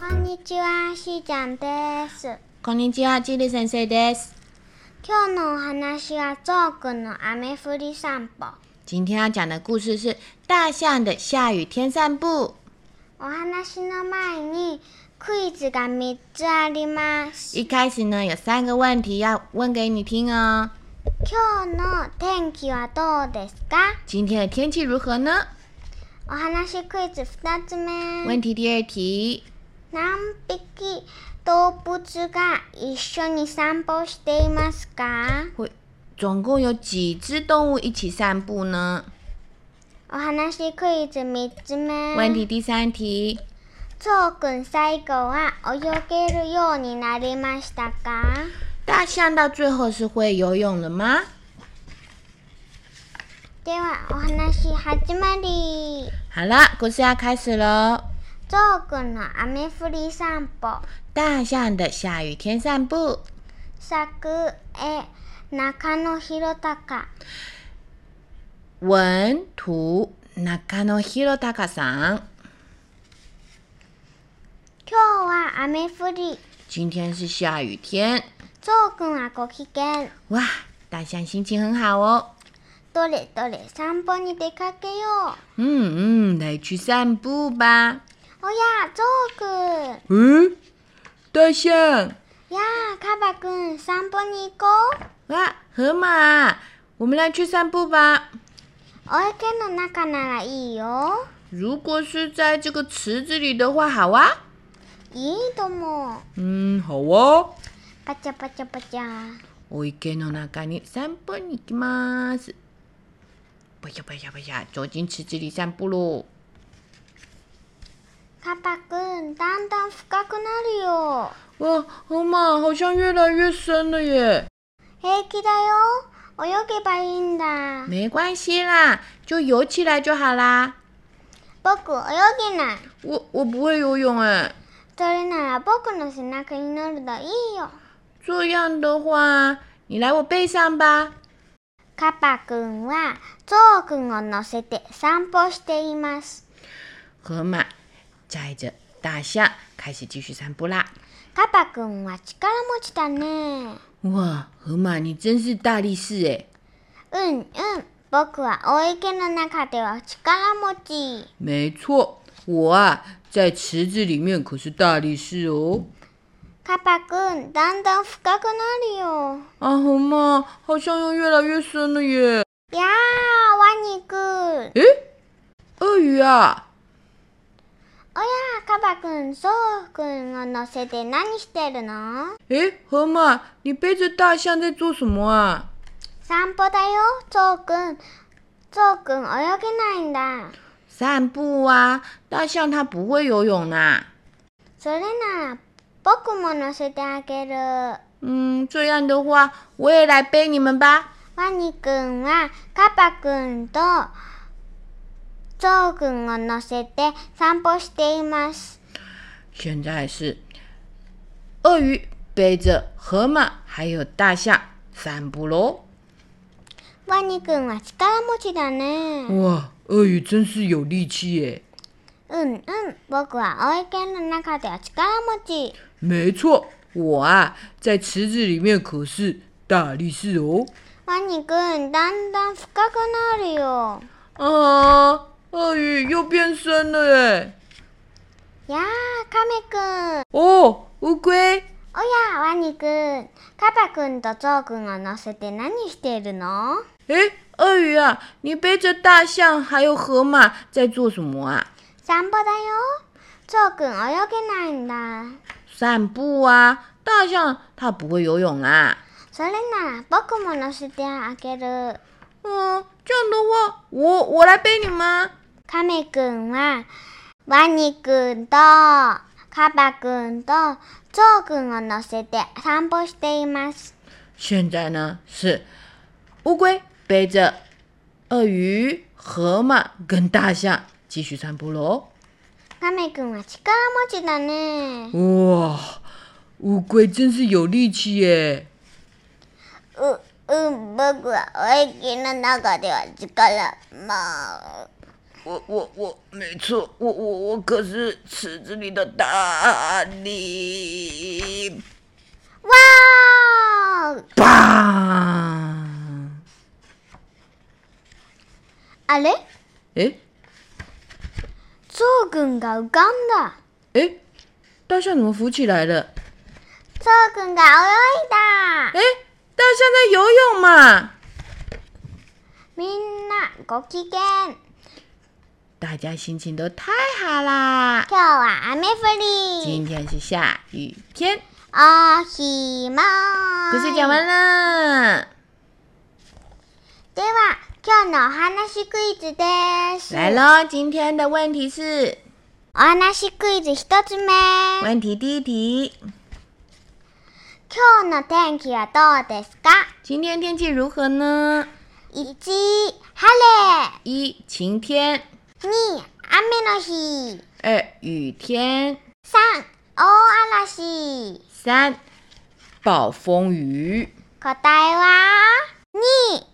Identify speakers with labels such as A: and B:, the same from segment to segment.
A: こんにちは、しーちゃんです。
B: こんにちは、チリ先生です。
A: 今日のお話はゾウくんの雨降り散歩。
B: 今天要讲的故事是大象的下雨天散步。
A: お話の前にクイズが3つあります。
B: 一开始呢，有三个问题要问给你听哦。
A: 今日の天気はどうですか
B: 今天的天气如何呢？
A: お話クイズ2つ目。
B: 问题第二题，
A: 何匹動物が一緒に散歩していますか
B: 会总共有几只动物一起散步呢？
A: お話クイズ3つ目。
B: 问题第三题，
A: ゾウくん最後は泳げるようになりましたか
B: 大象到最后是会游泳了吗？
A: ではお話始まり
B: 好啦，故事要开始喽。
A: ゾウくんの雨降り散歩
B: 大象的下雨天散步，
A: 作絵中野博隆
B: 文图中野博隆さん。
A: 今日は雨降り
B: 今天是下雨天，
A: ゾウくんはご機嫌
B: 哇，大象心情很好哦。
A: どれどれ散歩に出かけよ
B: 嗯嗯，来去散步吧。
A: うおやゾウくん
B: 嗯，大象，
A: やあカバくん散歩に行こう
B: 哇，河马，我们来去散步吧。
A: お池の中ならいいよ
B: 如果是在这个池子里的话，好啊。
A: いいと思う
B: 嗯，好哦。
A: パチャパチャパチャ
B: お池の中に散歩に行きます。不呀不呀不呀，走进池子里散步喽。
A: カバくんだんだん深くなるよ
B: 哇，河马好像越来越深了耶。
A: 平気だよ泳げばいいんだ
B: 没关系啦，就游起来就好啦。
A: 僕泳げない
B: 我我不会游泳哎，
A: それなら僕の背中に乗るといいよ
B: 这样的话，你来我背上吧。
A: カパくんはゾウくんを乗せて散歩しています
B: 河马载着大象开始继续散步啦。
A: カパくんは力持ちだね
B: 哇，河马你真是大力士哎！
A: うんうん僕は大池の中では力持ち
B: 没错，我啊在池子里面可是大力士哦。
A: カパくんだんだん深くなるよ
B: 啊，河马好像又越来越深了耶！
A: やーワニくん
B: 诶，鳄鱼啊，
A: おやーカバくん、ゾウくんを乗せて何してるの
B: 诶，河马你背着大象在做什么啊？
A: 散歩だよ、ゾウくん。ゾウくん泳げないんだ。
B: 散步啊，大象它不会游泳啦、
A: それなら僕も乗せてあげる。ワ
B: 嗯，这样的话，我也来背你们吧。
A: ニくんはカバくんとゾウくんを乗せて散歩しています。
B: 现在是鳄鱼背着河马还有大象散步喽。
A: ワニくんは力持ちだね。
B: 哇，鳄鱼真是有力气耶！
A: うんうん、僕はお池の中では力持ち。
B: 没错，我啊在池子里面可是大力士哦。
A: ワニくん、だんだん深くなるよ。
B: 啊，鳄鱼又变身了耶！
A: やあ、カメくん。
B: 哦，乌龟，
A: おや、ワニくん。カパくんとゾウくんを乗せて何しているの
B: 诶，鳄鱼啊，你背着大象还有河马在做什么啊？
A: 散歩だよ。ゾウくん泳げないんだ。
B: 散步啊，大象它不会游泳啊啦。
A: それなら僕も乗せてあげる。
B: 哦嗯，这样的话，我我来背你们。
A: カメくんはワニくんとカバくんとゾウくんを乗せて散歩しています。
B: 现在呢是乌龟背着鳄鱼、河马跟大象继续散步喽。
A: カメくんは力持ちだね。
B: 哇，乌龟真是有力气耶！
A: う、うん、僕は泳ぎの中では力もう。
B: 我我我，没错，我我我可是池子里的大力！
A: わー
B: 棒！
A: あれ
B: 诶
A: ゾウくんが浮かんだ。
B: 诶，大象怎么浮起来了？
A: ゾウくんが泳いだ。
B: 诶，大象在游泳嘛！
A: みんなご機嫌。
B: 大家心情都太好啦！
A: 今日は雨降り。
B: 今天是下雨天，
A: おひま
B: 故事讲完了，
A: では、今日のお話クイズです。
B: 来喽！今天的问题是
A: お話クイズ一つ目。
B: 问题第一题：
A: 今日の天気はどうですか
B: 今天天气如何呢？
A: ?1、晴
B: 一晴天，
A: れ。2、雨の日。
B: 二雨天，
A: 3、大嵐。
B: 三暴风雨。
A: 答えは、2、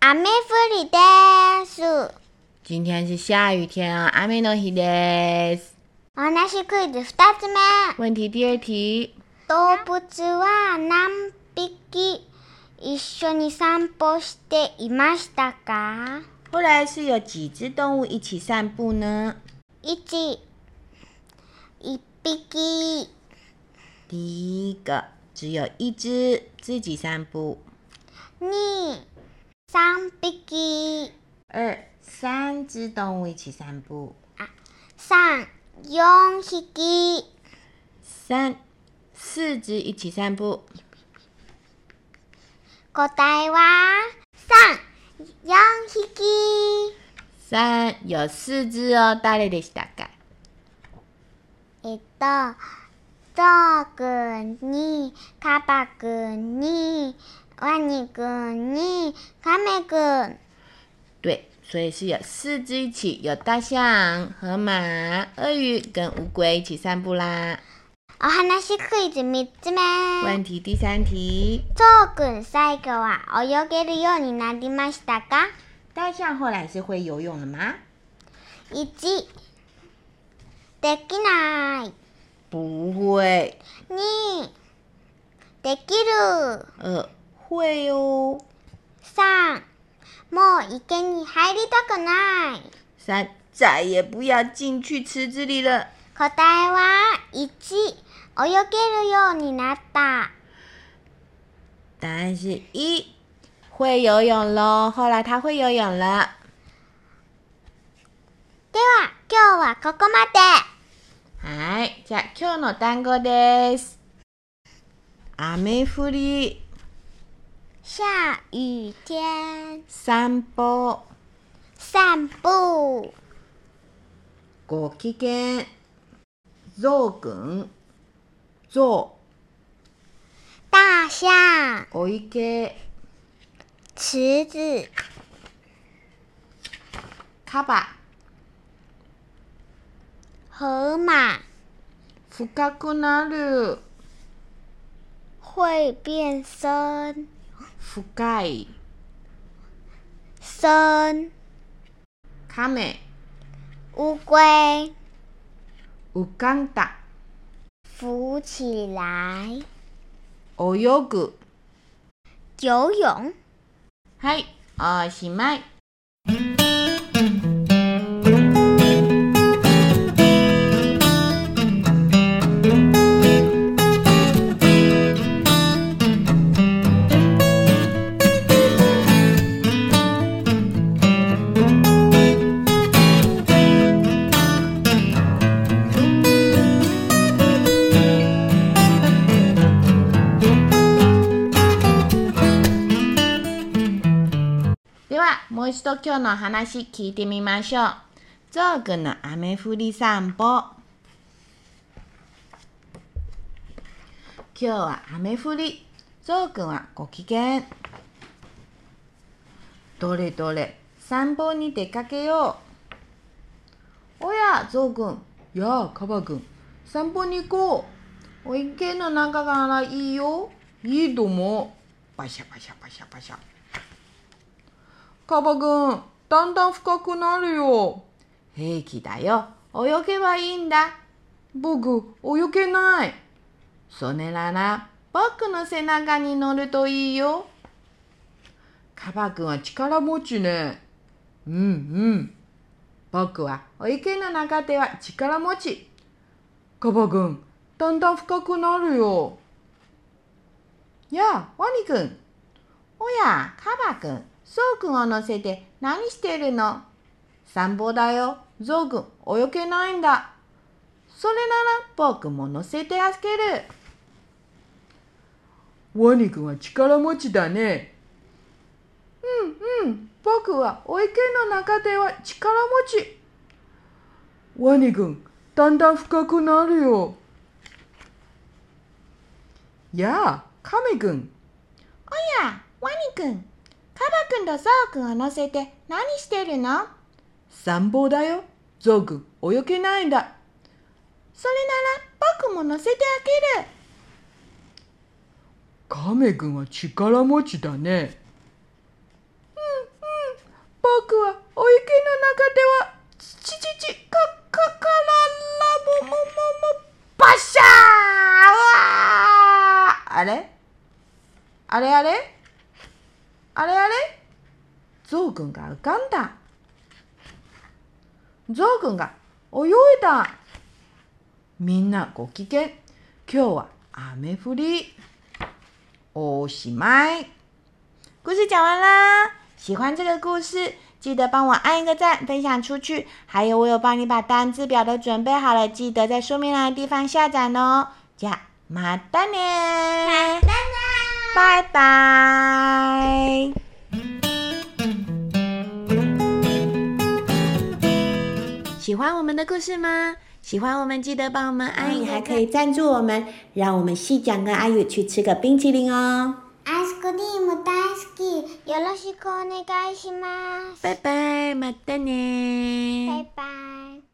A: 雨降りです。
B: 今天是下雨天啊，阿美诺希です。
A: お話クイズ二つ目。
B: 问题第二题：
A: 動物は何匹一緒に散歩していましたか
B: 后来是有几只动物一起散步呢？
A: 一、一匹。
B: 第一个只有一只自己散步，
A: 二、三匹。
B: 二三只动物一起散步，
A: 三、四匹。
B: 三四只一起散步。
A: 答えは、三、四匹。
B: 三有四只哦，大类的是大概。
A: えっと、ゾウくんに、カバくんに、ワニくんに、カメくん。
B: 对，所以是有四只一起，有大象、河马、鳄鱼跟乌龟一起散步啦。
A: お話クイズ3つ目。
B: 问题第三题：
A: ゾウくん最後は泳げるようになりましたか
B: 大象后来是会游泳了吗？
A: ?1、できない。
B: 不会。
A: 2、できる。
B: 呃，会哦。
A: 3、もう池に入りたくない。
B: 三，再也不要进去池子里了。
A: 答えは1、泳げるようになった。
B: 答案是一，会游泳喽。后来他会游泳了。
A: では、今日はここまで。
B: はい、じゃあ今日の単語哎です。雨降り、
A: 下雨天、
B: 散歩、
A: 散步、
B: ご機嫌、ゾウくん、ゾ
A: 大象、
B: ウ、お池、
A: 池子、
B: カバ、
A: 河马、
B: 深くなる、
A: 会变身、
B: 深い、
A: 身、
B: カメ、
A: 乌龟、
B: 浮かんだ、
A: 浮起来、
B: 泳ぐ。
A: 游泳。
B: はい、おしまい。では、もう一度今日の話聞いてみましょう。这个呢，雨降り散歩。今日は雨降り。ゾウくんはご機嫌。どれどれ、散歩に出かけよう。おや、ゾウくん。やあ、カバくん。散歩に行こう。お池の中からいいよ。いいとも。バシャバシャバシャバシャ。カバくん、だんだん深くなるよ。平気だよ。泳げばいいんだ。僕、泳げない。それなら、僕の背中に乗るといいよ。カバ君は力持ちね。うんうん。僕はお池の中では力持ち。カバ君、だんだん深くなるよ。やあ、ワニ君。おや、カバ君、そう君を乗せて何してるの散歩だよ、ゾウ君、泳げないんだ。それなら僕も乗せてあげる。ワニ君は力持ちだね。うんうん、僕はお池の中では力持ち。ワニ君、だんだん深くなるよ。やあ、カメ君。おや、ワニ君。カバ君とゾウ君を乗せて何してるの散歩だよ。ゾウ君、泳げないんだ。それなら僕も乗せてあげる。カメ君は力持ちだね。うんうん。僕はお池の中では、ちちちかかかららもももも、バシャーうわーあれあれあれあれあれゾウ君が浮かんだ。ゾウ君が泳いだ。みんなご機嫌。今日は雨降り。おしまい。故事讲完啦，喜欢这个故事，记得帮我按一个赞，分享出去。还有，我有帮你把单字表都准备好了，记得在说明栏的地方下载哦。じゃあ、またね，
A: 拜拜。
B: 拜拜。喜欢我们的故事吗？喜欢我们记得帮我们按一
C: 嗯
B: 个
C: 还可以赞助我们，让我们细讲跟阿宇去吃个冰淇淋哦。
A: アイスクリーム大好き。よろしくお願いします。
B: 拜拜，马丹尼。
A: バイバイ。